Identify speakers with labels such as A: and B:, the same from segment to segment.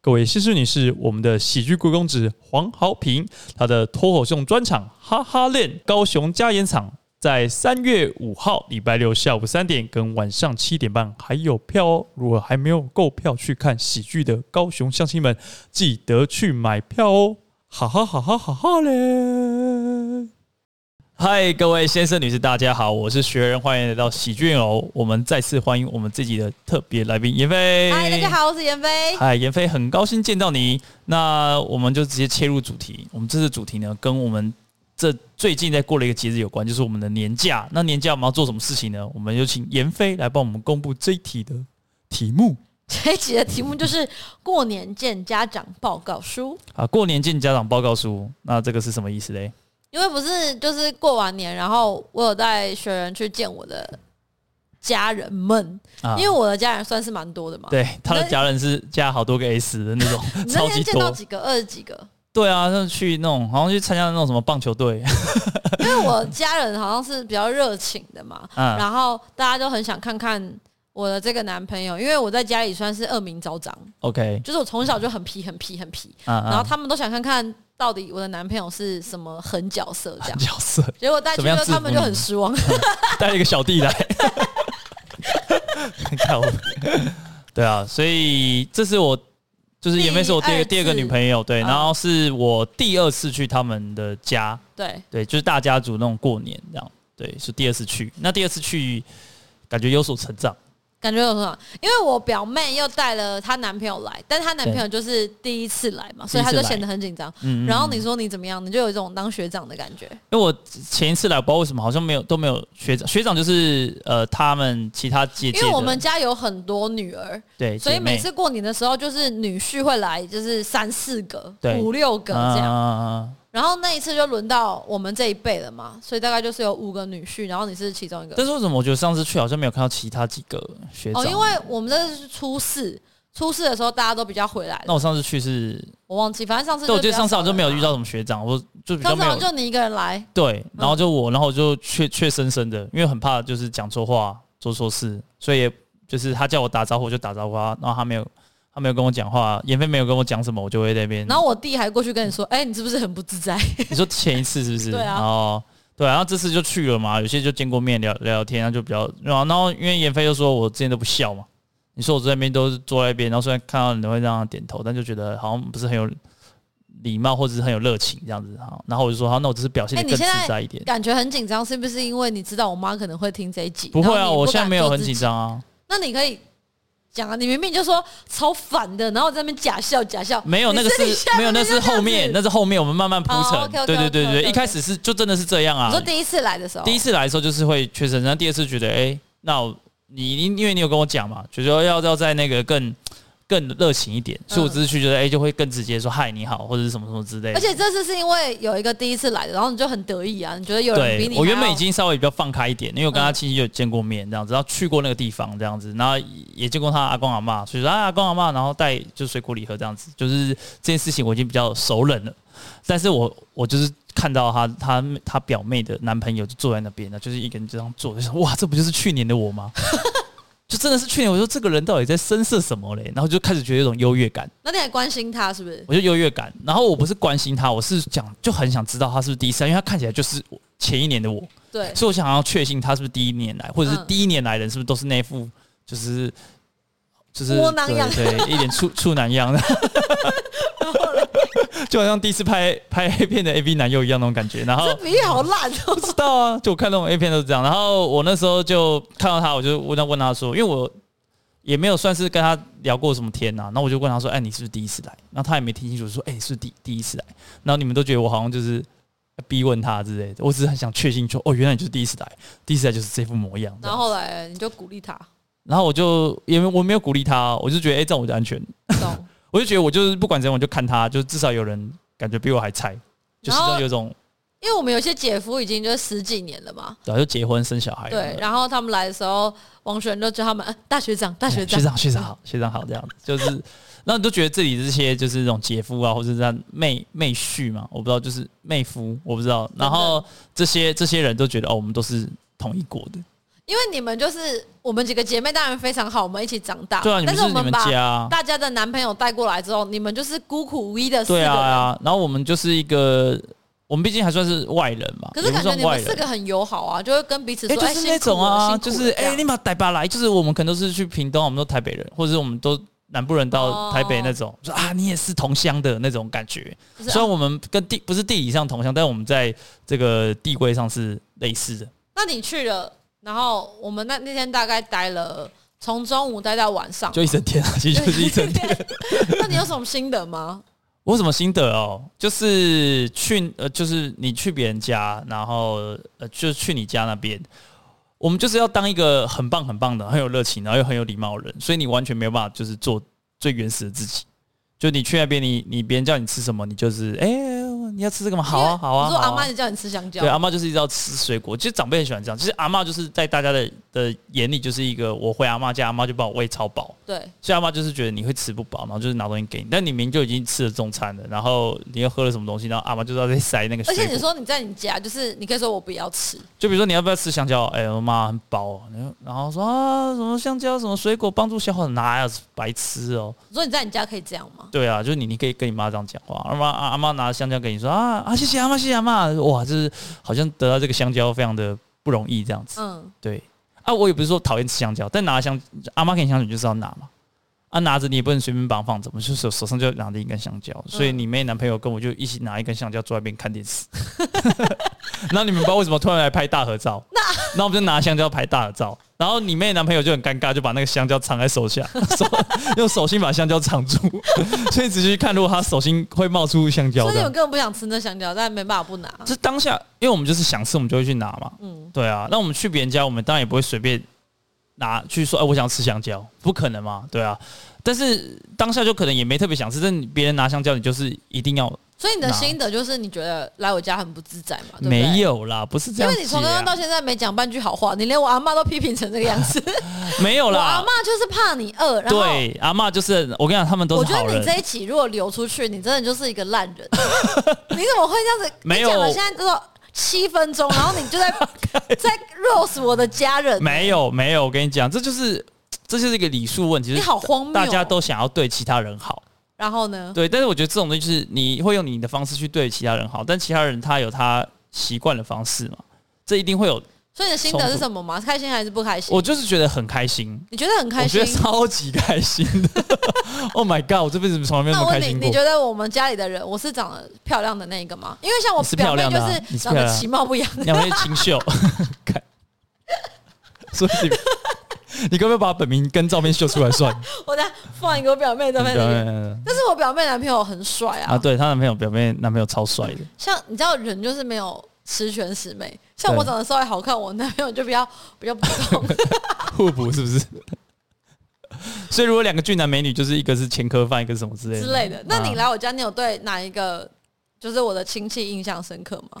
A: 各位先生女士，我们的喜剧贵公子黄豪平，他的脱口秀专场《哈哈练》高雄加演场，在三月五号礼拜六下午三点跟晚上七点半还有票哦。如果还没有购票去看喜剧的高雄乡亲们，记得去买票哦！哈哈哈哈哈哈嘞！嗨，各位先生、女士，大家好，我是学人，欢迎来到喜剧楼。我们再次欢迎我们自己的特别来宾严飞。
B: 嗨，大家。好，我是严飞。
A: 嗨，严飞，很高兴见到你。那我们就直接切入主题。我们这次主题呢，跟我们这最近在过了一个节日有关，就是我们的年假。那年假我们要做什么事情呢？我们就请严飞来帮我们公布这一题的题目
B: 这一集的题目就是过年见家长报告书，
A: 啊。过年见家长报告书，那这个是什么意思嘞？
B: 因为不是就是过完年，然后我有带学员去见我的家人们，
A: 啊
B: 因为我的家人算是蛮多的嘛。，
A: 对他的
B: 那
A: 家人是加好多个 S 的那种，
B: 你
A: 超
B: 那
A: 级
B: 天见
A: 多。
B: 到几个？二十几个？
A: 对啊，那去那种好像去参加那种什么棒球队，
B: 因为我家人好像是比较热情的嘛，
A: 嗯
B: 然后大家都很想看看我的这个男朋友，因为我在家里算是恶名昭彰，
A: ，OK，
B: 就是我从小就很皮、很皮、很皮，
A: 啊
B: 然后
A: 啊，
B: 他们都想看看到底我的男朋友是什么狠角色这样。
A: 角色
B: 结果带去之
A: 怎么样制
B: 后，
A: 服
B: 他
A: 你
B: 们就很失望。
A: 带了一个小弟来，看我。 对啊，所以这是我就是也没是我第二个
B: 第
A: 第
B: 二次
A: 二个女朋友，对，
B: 嗯
A: 然后是我第二次去他们的家，
B: 对，
A: 对，就是大家族那种过年这样，对，是第二次去。那第二次去感觉有所成长，
B: 感觉有什么？因为我表妹又带了她男朋友来，但她男朋友就是第一次来
A: 嗯
B: 嘛，所以她就显得很紧张。
A: 嗯，嗯
B: 然后
A: 嗯
B: 你说你怎么样，你就有一种当学长的感觉。
A: 因为我前一次来，我不知道为什么好像没有都没有学长，学长就是呃他们其他姐姐
B: 因
A: 的，
B: 为我们家有很多女儿，
A: 对，
B: 所以
A: 姐妹
B: 每次过年的时候，就是女婿会来，就是三四个
A: 对、
B: 五六个这样。
A: 啊
B: 然后那一次就轮到我们这一辈了嘛，所以大概就是有五个女婿，然后你是其中一个。
A: 但是为什么我觉得上次去好像没有看到其他几个学长？
B: 哦，因为我们这是初四，初四的时候大家都比较回来
A: 那
B: 了，
A: 我上次去是，
B: 我忘记，反正上次
A: 对，我记得
B: 就比较
A: 上次好像
B: 少
A: 就没有
B: 人
A: 遇
B: 嘛，
A: 到什么学长，我就比较
B: 上次
A: 没
B: 好
A: 有
B: 像就嗯你一个人来，
A: 对，然后就我，然后我就怯怯生生的，因为很怕就是讲错话、做错事，所以也就是他叫我打招呼我就打招呼啊，然后他没有他没有跟我讲话，啊妍飞没有跟我讲什么，我就会在那边。
B: 然后我弟还过去跟你说：“哎、你是不是很不自在
A: 你说前一次是不是？
B: 对啊
A: 哦，对，然后这次就去了嘛，有些就见过面聊聊聊天，然后就比较，然后然后因为妍飞就说我之前都不笑嘛，你说我在那边都是坐在那边，然后虽然看到你都会让他点头，但就觉得好像不是很有礼貌或者是很有热情这样子哈。然后我就说好，那我只是表现的
B: 哎
A: 更
B: 你现在
A: 自在一点？”。
B: 感觉很紧张，是不是因为你知道我妈可能会听这一集？
A: 不会
B: 然
A: 啊，
B: 后你
A: 我
B: 不
A: 现
B: 敢
A: 在没有
B: 做
A: 很
B: 自己
A: 紧。张啊，
B: 那你可以讲啊，你明明就说超烦的，然后我在那边假笑假笑，
A: 没有
B: 你
A: 那个
B: 私底
A: 是
B: 下
A: 没有
B: 明
A: 那
B: 明
A: 是
B: 就这样
A: 后面，
B: 子
A: 那是后面我们慢慢铺
B: 哦
A: 陈。
B: ，OK，OK，OK，
A: 对对对对，
B: OK，OK
A: 一开始是就真的是这样啊
B: 你说。第一次来的时候，
A: 第一次来的时候就是会确诊，然后第二次觉得，哎、那我你你因为你有跟我讲嘛，就说要要在那个更更热情一点，所以我只是去觉得，哎、就会更直接说嗨你好或者是什么什么之类的。
B: 而且这次是因为有一个第一次来的，然后你就很得意啊，你觉得有人比
A: 对
B: 你还
A: 我原本
B: 要
A: 已经稍微比较放开一点，因为我跟他
B: 嗯
A: 其实有见过面，这样子，然后去过那个地方这样子，然后也见过他阿公阿妈，所以说啊阿公阿妈，然后带就水果礼盒这样子，就是这件事情我已经比较熟人了。但是我我就是看到他他他表妹的男朋友就坐在那边，那就是一个人就这样坐，就说哇，这不就是去年的我吗？ 就真的是去年，我说这个人到底在深色什么嘞？然后就开始觉得有种优越感。
B: 那你还关心他是不是？
A: 我就优越感。然后我不是关心他，我是讲就很想知道他是不是第一次来，因为他看起来就是我前一年的我，
B: 对，
A: 所以我想要确信他是不是第一年来，或者是
B: 嗯
A: 第一年来的人是不是都是那副就是就是
B: 窝囊样
A: 对对，一脸 处处男样的， 就好像第一次拍拍 A 片的 A V 男优一样那种感觉。然后
B: 这比喻好烂哦
A: 不。知道啊，就我看那种 A 片都是这样。然后我那时候就看到他，我就问他问他说，因为我也没有算是跟他聊过什么天呐、然后我就问他说，哎，你是不是第一次来？然后他也没听清楚，说，哎，是第第一次来。然后你们都觉得我好像就是哎逼问他之类的，我只是很想确信说，哦，原来你就是第一次来，第一次来就是这副模样。这
B: 然
A: 样
B: 后后来你就鼓励他，
A: 然后我就因为我没有鼓励他，我就觉得，哎，这样我就安全。
B: 懂？
A: 我就觉得我就是不管怎样，我就看他，就至少有人感觉比我还菜，就是
B: 然后
A: 有种，
B: 因为我们有些姐夫已经就是十几年了嘛，
A: 然后啊就结婚生小孩了。
B: 对。然后他们来的时候，王璇就叫他们、呃大学长，大学
A: 哎哦学
B: 长，
A: 长学长好，学长好，这样子就是，然后你就觉得这里这些就是这种姐夫啊，或者是这样妹妹婿嘛，我不知道，就是妹夫，我不知道。然后这些这些人都觉得哦，我们都是同一国的，
B: 因为你们就是我们几个姐妹，当然非常好，我们一起长大。
A: 对啊，你
B: 但
A: 们
B: 是
A: 就
B: 我
A: 是你们
B: 们把
A: 家啊，
B: 大家的男朋友带过来之后，你们就是孤苦无依的四个
A: 对
B: 人。
A: 啊啊，然后我们就是一个，我们毕竟还算是外人嘛，
B: 可是
A: 也不
B: 感觉
A: 算
B: 你
A: 外
B: 们四
A: 人。
B: 个很友好啊，就会跟彼此
A: 哎、
B: 说：“哎、
A: 就是那种啊，就是哎、
B: 哎，
A: 你把台巴来，就是我们可能都是去屏东，我们都台北人，或者是我们都南部人到
B: 哦
A: 台北那种，说啊，你也是同乡的那种感觉。
B: 就是啊
A: 虽然我们跟地不是地理上同乡，但我们在这个地位上是类似的。
B: 那你去了，然后我们那那天大概待了从中午待到晚上，
A: 就一整天啊，其实就是一整天。
B: 那你有什么心得吗？
A: 我有什么心得哦？就是去呃，就是你去别人家，然后呃，就是去你家那边，我们就是要当一个很棒很棒的、很有热情，然后又很有礼貌的人，所以你完全没有办法就是做最原始的自己。就你去那边，你你别人叫你吃什么，你就是哎、你要吃这个吗？好
B: 因
A: 啊，
B: 为
A: 好啊。
B: 你说
A: 好啊
B: 阿妈就叫你吃香蕉
A: 对，，阿妈就是一直要吃水果。其实长辈很喜欢这样，其实阿妈就是在大家的的眼里就是一个，我回阿妈家，阿妈就把我喂超饱。
B: 对，
A: 所以阿妈就是觉得你会吃不饱，然后就是拿东西给你，但你明明就已经吃了中餐了，然后你又喝了什么东西，然后阿妈就是要再塞那个
B: 而且
A: 水果。
B: 你说你在你家，就是你可以说我不要吃，
A: 就比如说你要不要吃香蕉？哎、我妈很饱、哦，然后然后说啊什么香蕉什么水果帮助消化，哪有白痴哦？
B: 你说你在你家可以这样吗？
A: 对啊，就是你你可以跟你妈这样讲话，阿妈啊阿妈拿香蕉给你说啊啊谢谢阿妈谢谢阿妈，哇，就是好像得到这个香蕉非常的不容易这样子。
B: 嗯，
A: 对啊，我也不是说讨厌吃香蕉，但拿香阿妈给你香蕉你就是要拿嘛，啊拿着你也不能随便把它放着嘛，就是手手上就拿着一根香蕉，所以你妹男朋友跟我就一起拿一根香蕉坐在那边看电视， 然后你们不知道为什么突然来拍大合照，那我们就拿香蕉拍大合照，然后你妹男朋友就很尴尬，就把那个香蕉藏在手下， 手用手心把香蕉藏住， 所以仔细看，如果他手心会冒出香蕉
B: 所以你
A: 的。
B: 们根本不想吃那香蕉，但没办法不拿。
A: 这当下，因为我们就是想吃，我们就会去拿嘛。
B: 嗯，
A: 对啊，那我们去别人家，我们当然也不会随便拿去说，哎、我想吃香蕉，不可能嘛，对啊。但是当下就可能也没特别想吃，但别人拿香蕉，你就是一定要
B: 所以你的
A: 拿
B: 心得就是你觉得来我家很不自在嘛？对不对
A: 没，有啦，不是这样、
B: 因为
A: 子啊
B: 你从刚刚到现在没讲半句好话，你连我阿妈都批评成这个样 子。
A: 没有
B: 我阿
A: 啦
B: 妈，就是怕你饿，然后
A: 对，阿嬷就是我跟你讲，他们都
B: 我
A: 是
B: 觉
A: 好
B: 得
A: 人
B: 你。这一期如果流出去，你真的就是一个烂人。啊 你怎么会这样子？
A: 没有
B: 你讲了现在都七分钟，然后你 就在在 rose 我的家人，
A: 没有没有，我跟你讲，这就是这就是一个礼数问题，
B: 你好荒谬哦
A: 大家都想要对其他人好。
B: 然后呢？
A: 对，但是我觉得这种东西就是你会用你的方式去对其他人好，但其他人他有他习惯的方式嘛，这一定会有。
B: 所以你的心得是什么吗？是开心还是不开心？
A: 我就是觉得很开心，
B: 你觉得很开心
A: 我觉得？超级开心的。oh my god！我这辈子从来没有那
B: 那我
A: 么开
B: 问你，
A: 心过。
B: 你觉得我们家里的人，我是长得漂亮的那一个吗？因为像我
A: 你是漂
B: 表
A: 亮
B: 妹就
A: 的啊你
B: 是
A: 是
B: 长
A: 漂
B: 得
A: 亮
B: 其貌不扬，
A: 两位清秀， 看，所以你你可不可以把本名跟照片秀出来算？ 嗯
B: 我再放一个我表妹的 照片里面。但是我表妹男朋友很帅
A: 啊，对，她男朋友表妹男朋友超帅的，
B: 像你知道人就是没有十全十美，像
A: 对
B: 我长得稍微好看，我男朋友就比较比较普通。
A: 互补是不是？ 所以如果两个俊男美女，就是一个是前科犯，一个是什么之类的
B: 之类的。那你
A: 啊
B: 来我家，你有对哪一个就是我的亲戚印象深刻吗？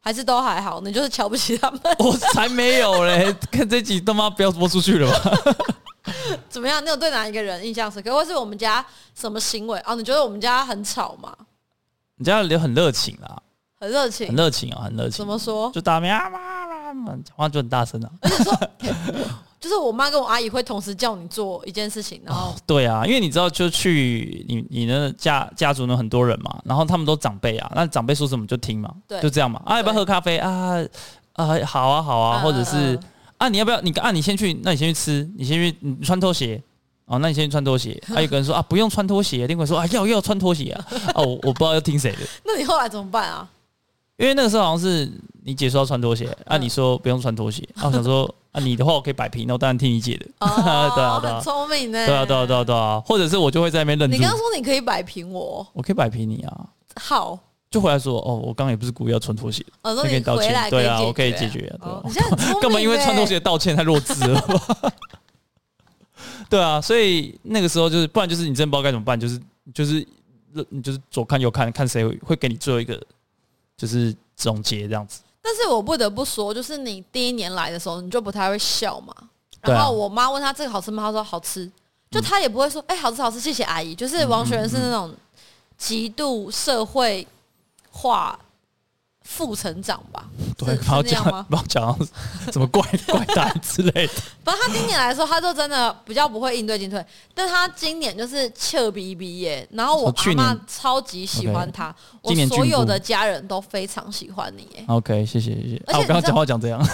B: 还是都还好？你就是瞧不起他们？
A: 我哦才没有嘞！ 看这集他妈不要播出去了吧？
B: 怎么样？你有对哪一个人印象深刻，或是我们家什么行为？哦，你觉得我们家很吵吗？
A: 你家人很热情啊，
B: 很热
A: 很
B: 情？
A: 热情啊，很热情
B: 怎。么说？
A: 就大家啊嘛嘛讲话就很大声啊。
B: 就是我妈跟我阿姨会同时叫你做一件事情，然后
A: 哦，对啊，因为你知道，就去你你的家家族呢很多人嘛，然后他们都长辈啊，那长辈说什么就听嘛，
B: 对
A: 就这样嘛。啊，要不要
B: 对
A: 喝咖啡啊？啊，好啊，好啊，
B: 嗯
A: 或者
B: 嗯
A: 是
B: 嗯
A: 啊，你要不要？你啊，你先去，那你先去吃，你先去，你穿拖鞋。哦，那你先去穿拖鞋。啊，有个人说啊，不用穿拖鞋。另外说啊，要要穿拖鞋啊。啊，我我不知道要听谁的，
B: 那你后来怎么办啊？
A: 因为那个时候好像是你姐说要穿拖鞋，啊，
B: 嗯
A: 你说不用穿拖鞋。啊，我想说啊，你的话我可以摆平，那我当然听你姐的。
B: 哦
A: 对啊，对
B: 很
A: 啊，
B: 聪明呢、
A: 对啊，对啊，对啊，对啊。或者是我就会在那边愣
B: 你
A: 住
B: 刚。刚说你可以摆平我，
A: 我可以摆平你啊。
B: 好，
A: 就回来说，哦，我刚刚也不是故意要穿拖鞋，
B: 我
A: 就
B: 说
A: 跟
B: 你
A: 你道
B: 回来
A: 歉，对啊，
B: 解
A: 我可以
B: 决
A: 解决啊，对啊
B: 哦你现在很聪 明
A: 干嘛因为穿拖
B: 欸
A: 鞋道歉太弱智了 吧？对啊，所以那个时候就是，不然就是你真不知道该怎么办，就是就是你就是左看右看，看谁会给你最后一个就是总结这样子。
B: 但是我不得不说，就是你第一年来的时候，你就不太会笑嘛。
A: 对啊嗯
B: 然后我妈问他这个好吃吗？他说好吃，就他也不会说哎、好吃好吃，谢谢阿姨。就是王学仁是那种极度社会化负成长吧？
A: 对，
B: 是
A: 然后
B: 是这
A: 讲
B: 样吗，
A: 然后讲到什么怪怪诞之类的，
B: 反正他今年来说，他就真的比较不会应对进退，但他今年就是俏逼逼耶。然后我
A: 哦去
B: 阿
A: 年
B: 妈超级喜欢他，我
A: 今年
B: 所有
A: 进步。
B: 的家人都非常喜欢你哎耶
A: OK，谢谢谢谢。啊，
B: 而
A: 我
B: 且
A: 刚刚
B: 你知道
A: 讲话讲这样，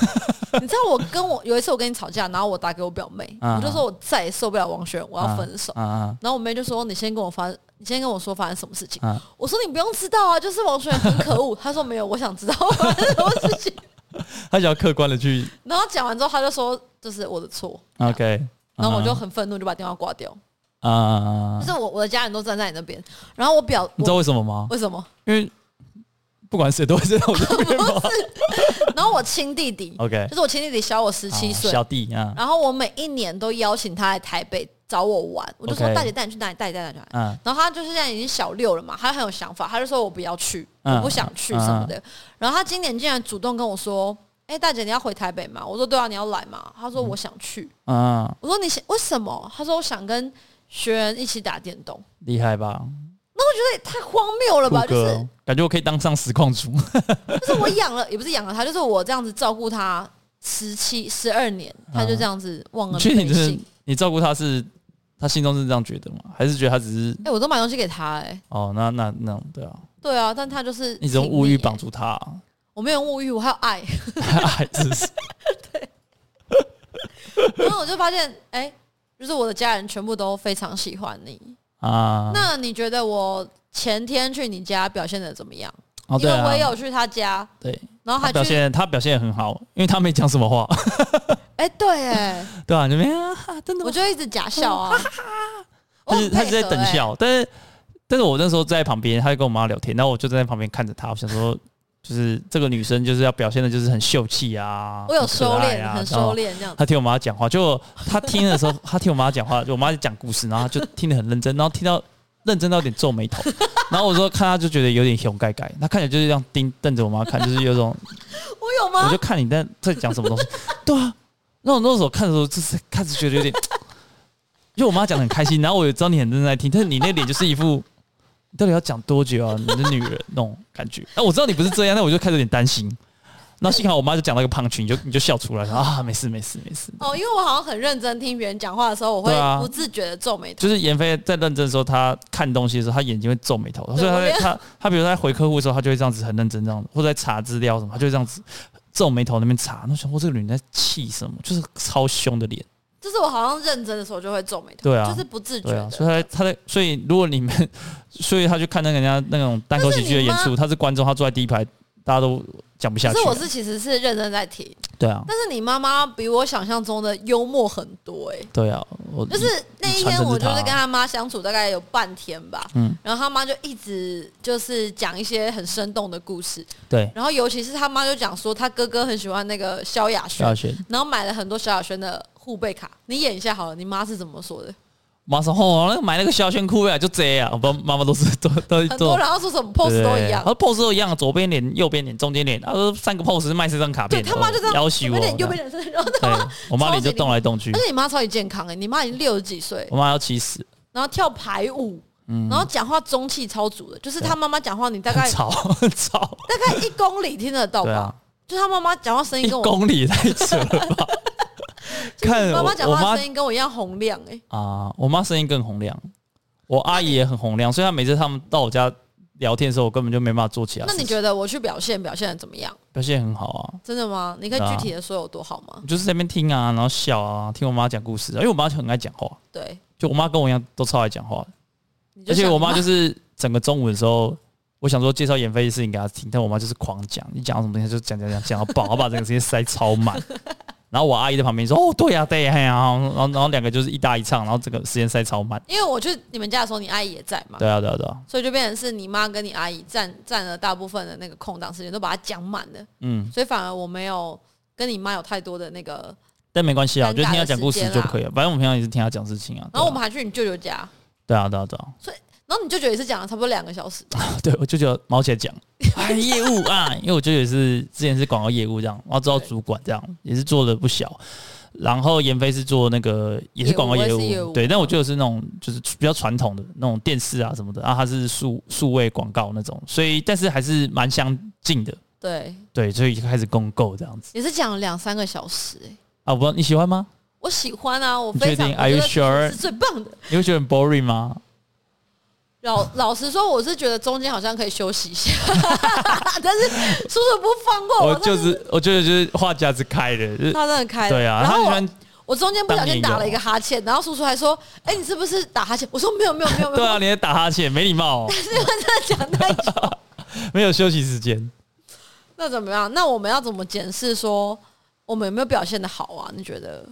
B: 你知道我跟我有一次我跟你吵架，然后我打给我表妹，
A: 啊
B: 我就说我再也受不了王轩，我要分手。
A: 啊啊
B: 然后我妹就说：“你先跟我发，你先跟我说发生什么事情。
A: 啊！
B: 我说：“你不用知道啊，就是王轩很可恶。” 她说：“没有，我想知道发生什么事情。
A: 他想要客观的去”
B: 然后讲完之后，她就说：“就是我的错。
A: OK，”
B: 然后我就很愤怒，就把电话挂掉。
A: 啊啊啊啊
B: 就！是我我的家人都站在你那边，然后我表
A: 你知道
B: 我
A: 为什么吗？
B: 为什么？
A: 因为不管谁都会知道我这边吗
B: 然后我亲 弟弟，
A: OK，
B: 就是我亲弟弟小我十七
A: 好
B: 岁，
A: 小弟啊，
B: 然后我每一年都邀请他来台北找我玩，我就说
A: OK
B: 大姐带你去哪里，大姐带你去哪里。
A: 嗯
B: 然后他就是现在已经小六了嘛，他很有想法，他就说我不要去，
A: 嗯
B: 我不想去什么的。然后他今年竟然主动跟我说：“哎、大姐你要回台北吗？”我说：“对啊，你要来吗？”他说：“我想去。
A: 嗯，
B: 我说：“你想为什么？”他说：“我想跟学员一起打电动。
A: 厉害吧？”
B: 这也嗯太荒谬了
A: 酷
B: 吧！就是
A: 哥，感觉我可以当上实况主。
B: 就是我养 了，也不是养了他，就是我这样子照顾他十七、十二年，他就这样子忘
A: 你
B: 恩
A: 确定
B: 背
A: 你是
B: 信。
A: 你照顾他是他心中是这样觉得吗？还是觉得他只是
B: 哎、我都买东西给他、哎，
A: 哦，那那那对啊，
B: 对啊，但他就是
A: 你只用物欲绑
B: 住，
A: 住他、啊，
B: 我没有物欲，我还有爱。
A: 还是
B: 然后我就发现，哎、就是我的家人全部都非常喜欢你。
A: 啊？
B: 那你觉得我前天去你家表现的怎么样？
A: 哦
B: 因
A: 对
B: 为我
A: 啊
B: 也，有去他家，
A: 对，
B: 然后
A: 他
B: 还
A: 表
B: 去，
A: 现他表现也很好，因为他没讲什么话，
B: 哎、对，哎，
A: 对啊，你没啊，哈真的吗
B: 我，就一直假 笑啊。我
A: 他是
B: 很
A: 他是在
B: 配合
A: 等
B: 哎
A: 笑，但是但是我那时候在旁边，他就跟我妈聊天，然后我就站在旁边看着他，我想说。就是这个女生就是要表现的，就是很秀气啊，
B: 我有
A: 很可
B: 收
A: 爱
B: 敛，
A: 啊然后
B: 很收敛这 样。
A: 他听我妈讲话，就他听的时候，他听我妈讲话，就我妈在讲故事，然后他就听得很认真，然后听到认真到有点皱眉头，然后我说看他就觉得有点熊盖盖，他看起来就是这样盯瞪着我妈看，就是有种
B: 我有
A: 我
B: 吗
A: 就？看你在在讲什么东西， 对啊，那我那时候看的时候就是开始觉得有点， 就我妈讲得很开心，然后我也知道你很认真在听，但是你那脸就是一副。你到底要讲多久啊？你的女人那种感觉。那、我知道你不是这样，但我就开始有点担心。那幸好我妈就讲了一个胖群，你就你就笑出来了啊，没事没事没事。
B: 哦，因为我好像很认真听别人讲话的时候，我会
A: 对啊
B: 不自觉的皱眉头。
A: 就是严飞在认真的时候，他看东西的时候，他眼睛会皱眉头，所以他
B: 我
A: 会
B: 觉得
A: 他他比如说在回客户的时候，他就会这样子很认真这样，或者在查资料什么，他就会这样子皱眉头那边查。那想说这个女人在气什么，就是超凶的脸，
B: 就是我好像认真的时候就会皱眉头，
A: 对啊
B: 就是不自觉
A: 对
B: 的。
A: 啊，所以他在他在所以如果你们， 所以他去看那个人家那种单口喜剧的演
B: 但是
A: 出，他是观众，他坐在第一排，大家都讲不下
B: 可
A: 去
B: 是，我是其实是认真在听，
A: 对啊
B: 但是你妈妈比我想象中的幽默很多哎、
A: 对啊，我
B: 就是那一
A: 你嗯传
B: 天
A: 承着
B: 我就
A: 她
B: 是跟他妈相处大概有半天吧，
A: 嗯
B: 然后他妈就一直就是讲一些很生动的故事，
A: 对
B: 然后尤其是他妈就讲说他哥哥很喜欢那个萧亚轩
A: 萧亚轩，
B: 然后买了很多萧亚轩的护贝卡，你演一下好了，你妈是怎么说的？
A: 马上吼，哦那个买那个小炫裤啊，就这样，我爸妈妈都是都都
B: 很
A: 都
B: 多人要说什么 pose 都一
A: 对，
B: 样
A: 他 pose 都一样，左边脸、右边脸、中间脸，他说三个 pose 是卖四张卡
B: 对
A: 片，
B: 他妈就这样，
A: 要挟
B: 左
A: 我，
B: 边脸右边脸，然后
A: 对
B: 他妈，
A: 我妈脸就
B: 超级
A: 动来动去
B: 而，且你妈超级健康哎、你妈已经六十几岁，
A: 我妈要气死，
B: 然后跳排舞，然后讲话中气超足的，就是她妈妈讲话你大概
A: 嗯很吵很吵，
B: 大概一公里听得到
A: 对
B: 吧？
A: 啊，
B: 就她妈妈讲话声
A: 一
B: 音跟我
A: 公里太扯了 吧？看
B: 妈
A: 我
B: 妈讲
A: 我
B: 话
A: 妈
B: 声音跟我一样洪亮哎、
A: 啊，我妈声音更洪亮，我阿姨也很洪亮，所以她每次他们到我家聊天的时候，我根本就没办法做其他
B: 那
A: 事
B: 你
A: 情，
B: 觉得我去表现表现的怎么样？
A: 表现很好啊。
B: 真的吗？你可以
A: 对啊
B: 具体的说有多好吗？
A: 我就是在那边听啊，然后笑啊，听我妈讲故事、啊，因为我妈就很爱讲话，
B: 对，
A: 就我妈跟我一样都超爱讲话的，
B: 你
A: 而
B: 像
A: 且
B: 你
A: 我妈就是整个中午的时候，我想说介绍演飞的事情给她听，但我妈就是狂讲，你讲到什么东西就讲讲讲讲到爆，她把整个时间塞超 满。然后我阿姨在旁边说：“哦，对呀、对呀、嘿呀、然后然后两个就是一搭一唱，然后整个时间塞超满。
B: 因为我去你们家的时候，你阿姨也在嘛，
A: 对啊，对啊，对啊，
B: 所以就变成是你妈跟你阿姨占占了大部分的那个空档时间，都把它讲满了，
A: 嗯，
B: 所以反而我没有跟你妈有太多的那个。
A: 但没关系啊，我就
B: 尴尬的
A: 听她讲故事
B: 时间
A: 就
B: 啦
A: 可以了。反正我们平常也是听她讲事情啊。对
B: 然后我们
A: 啊
B: 还去你舅舅家，
A: 对啊，对啊，对啊，
B: 然后你舅舅也是讲了差不多两个小时吧，
A: 对我舅舅毛起来 讲，哎，业务啊，因为我舅舅也是之前是广告业务这样，然后做到主管这样，也是做的不小。然后严飞是做那个也是广告业
B: 业务我也是业务
A: 对，但我舅舅是那种就是比较传统的那种电视啊什么的，啊，他是数数位广告那种，所以但是还是蛮相近的，
B: 对，
A: 对，所以就开始共购这样子
B: 也是讲了两三个小时、哎，
A: 啊。我不知道你喜欢吗？
B: 我喜欢啊，我
A: 你确
B: 非常
A: 定
B: 我
A: ？Are you
B: 觉得这
A: sure？
B: 是最棒的。
A: 你会觉得很 boring 吗？
B: 老老实说，我是觉得中间好像可以休息一下， 但是叔叔不放过
A: 我
B: 哦我，
A: 哦就是，我觉得就是话匣子开的，就是
B: 他真的开了。
A: 对啊，
B: 然
A: 他很
B: 后
A: 喜
B: 我
A: 欢，
B: 我中间不小心打了一个哈欠，然后叔叔还说：“哎、你是不是打哈欠？”我说：“没有，没有，没有，没有。
A: 对啊，你在打哈欠，没礼貌、哦，
B: 你们真的讲太久，
A: 没有休息时间。
B: 那怎么样？那我们要怎么检视说我们有没有表现的好啊？你觉得？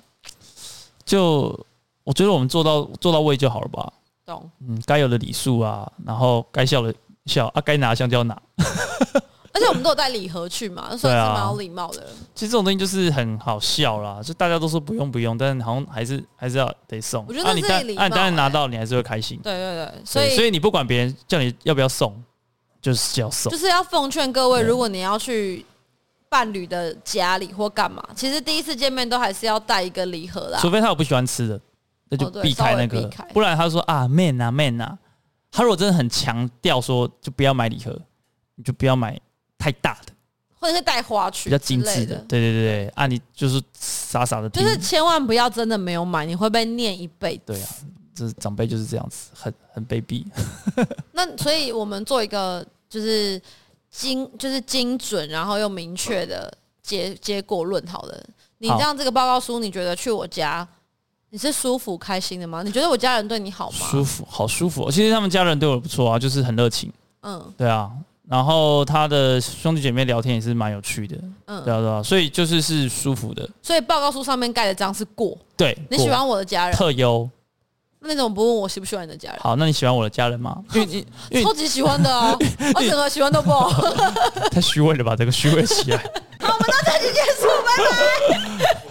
A: 就我觉得我们做到做到位就好了吧，
B: 懂？
A: 嗯，该有的礼数啊，然后该笑的笑啊，该拿的香蕉拿。
B: 而且我们都有带礼盒去嘛，算
A: 对
B: 是
A: 啊
B: 蛮有礼貌的。
A: 其实这种东西就是很好笑啦，就大家都说不用不用，但好像还是还是要得送。
B: 我觉得
A: 啊、你
B: 这
A: 当
B: 也礼
A: 啊你当然
B: 貌
A: 拿
B: 欸
A: 到，你还是会开心。
B: 对对对，所
A: 对
B: 以
A: 所以你不管别人叫你要不要送，就是要送
B: 就。是要奉劝各位，
A: 对
B: 如果你要去伴侣的家里或干嘛，其实第一次见面都还是要带一个礼盒啦。
A: 除非他有不喜欢吃的，那就
B: 哦对
A: 避开那
B: 稍
A: 个
B: 微避开，
A: 不然他说啊 man 啊 man 啊，他如果真的很强调说就不要买礼盒，你就不要买太大的，
B: 或者是带花去
A: 比较精
B: 之
A: 致
B: 类
A: 的
B: 的，，
A: 对对对对，啊你就是傻傻的听，
B: 就是千万不要真的没有买，你会被念一辈子。
A: 对啊，这长辈就是这样子，很很卑鄙，
B: 那所以我们做一个就是精就是精准，然后又明确的结结果论好了。你
A: 好
B: 这样这个报告书，你觉得去我家你是舒服开心的吗？你觉得我家人对你好
A: 舒
B: 吗？
A: 服，好舒服哦。其实他们家人对我不错啊，就是很热情，
B: 嗯
A: 对啊。然后他的兄弟姐妹聊天也是蛮有趣的，对
B: 嗯，
A: 啊对啊，所以就是是舒服的。
B: 所以报告书上面盖的章是过，
A: 对，
B: 你喜
A: 果
B: 欢我的家人，
A: 特优？
B: 那你怎么不问我喜不喜欢你的家人？
A: 好，那你喜欢我的家人 吗？因为你因为
B: 超级喜欢 的哦，我整个喜欢都不好。
A: 太虚伪了吧，这个虚伪起来。
B: 好，我们到这里结束，拜拜。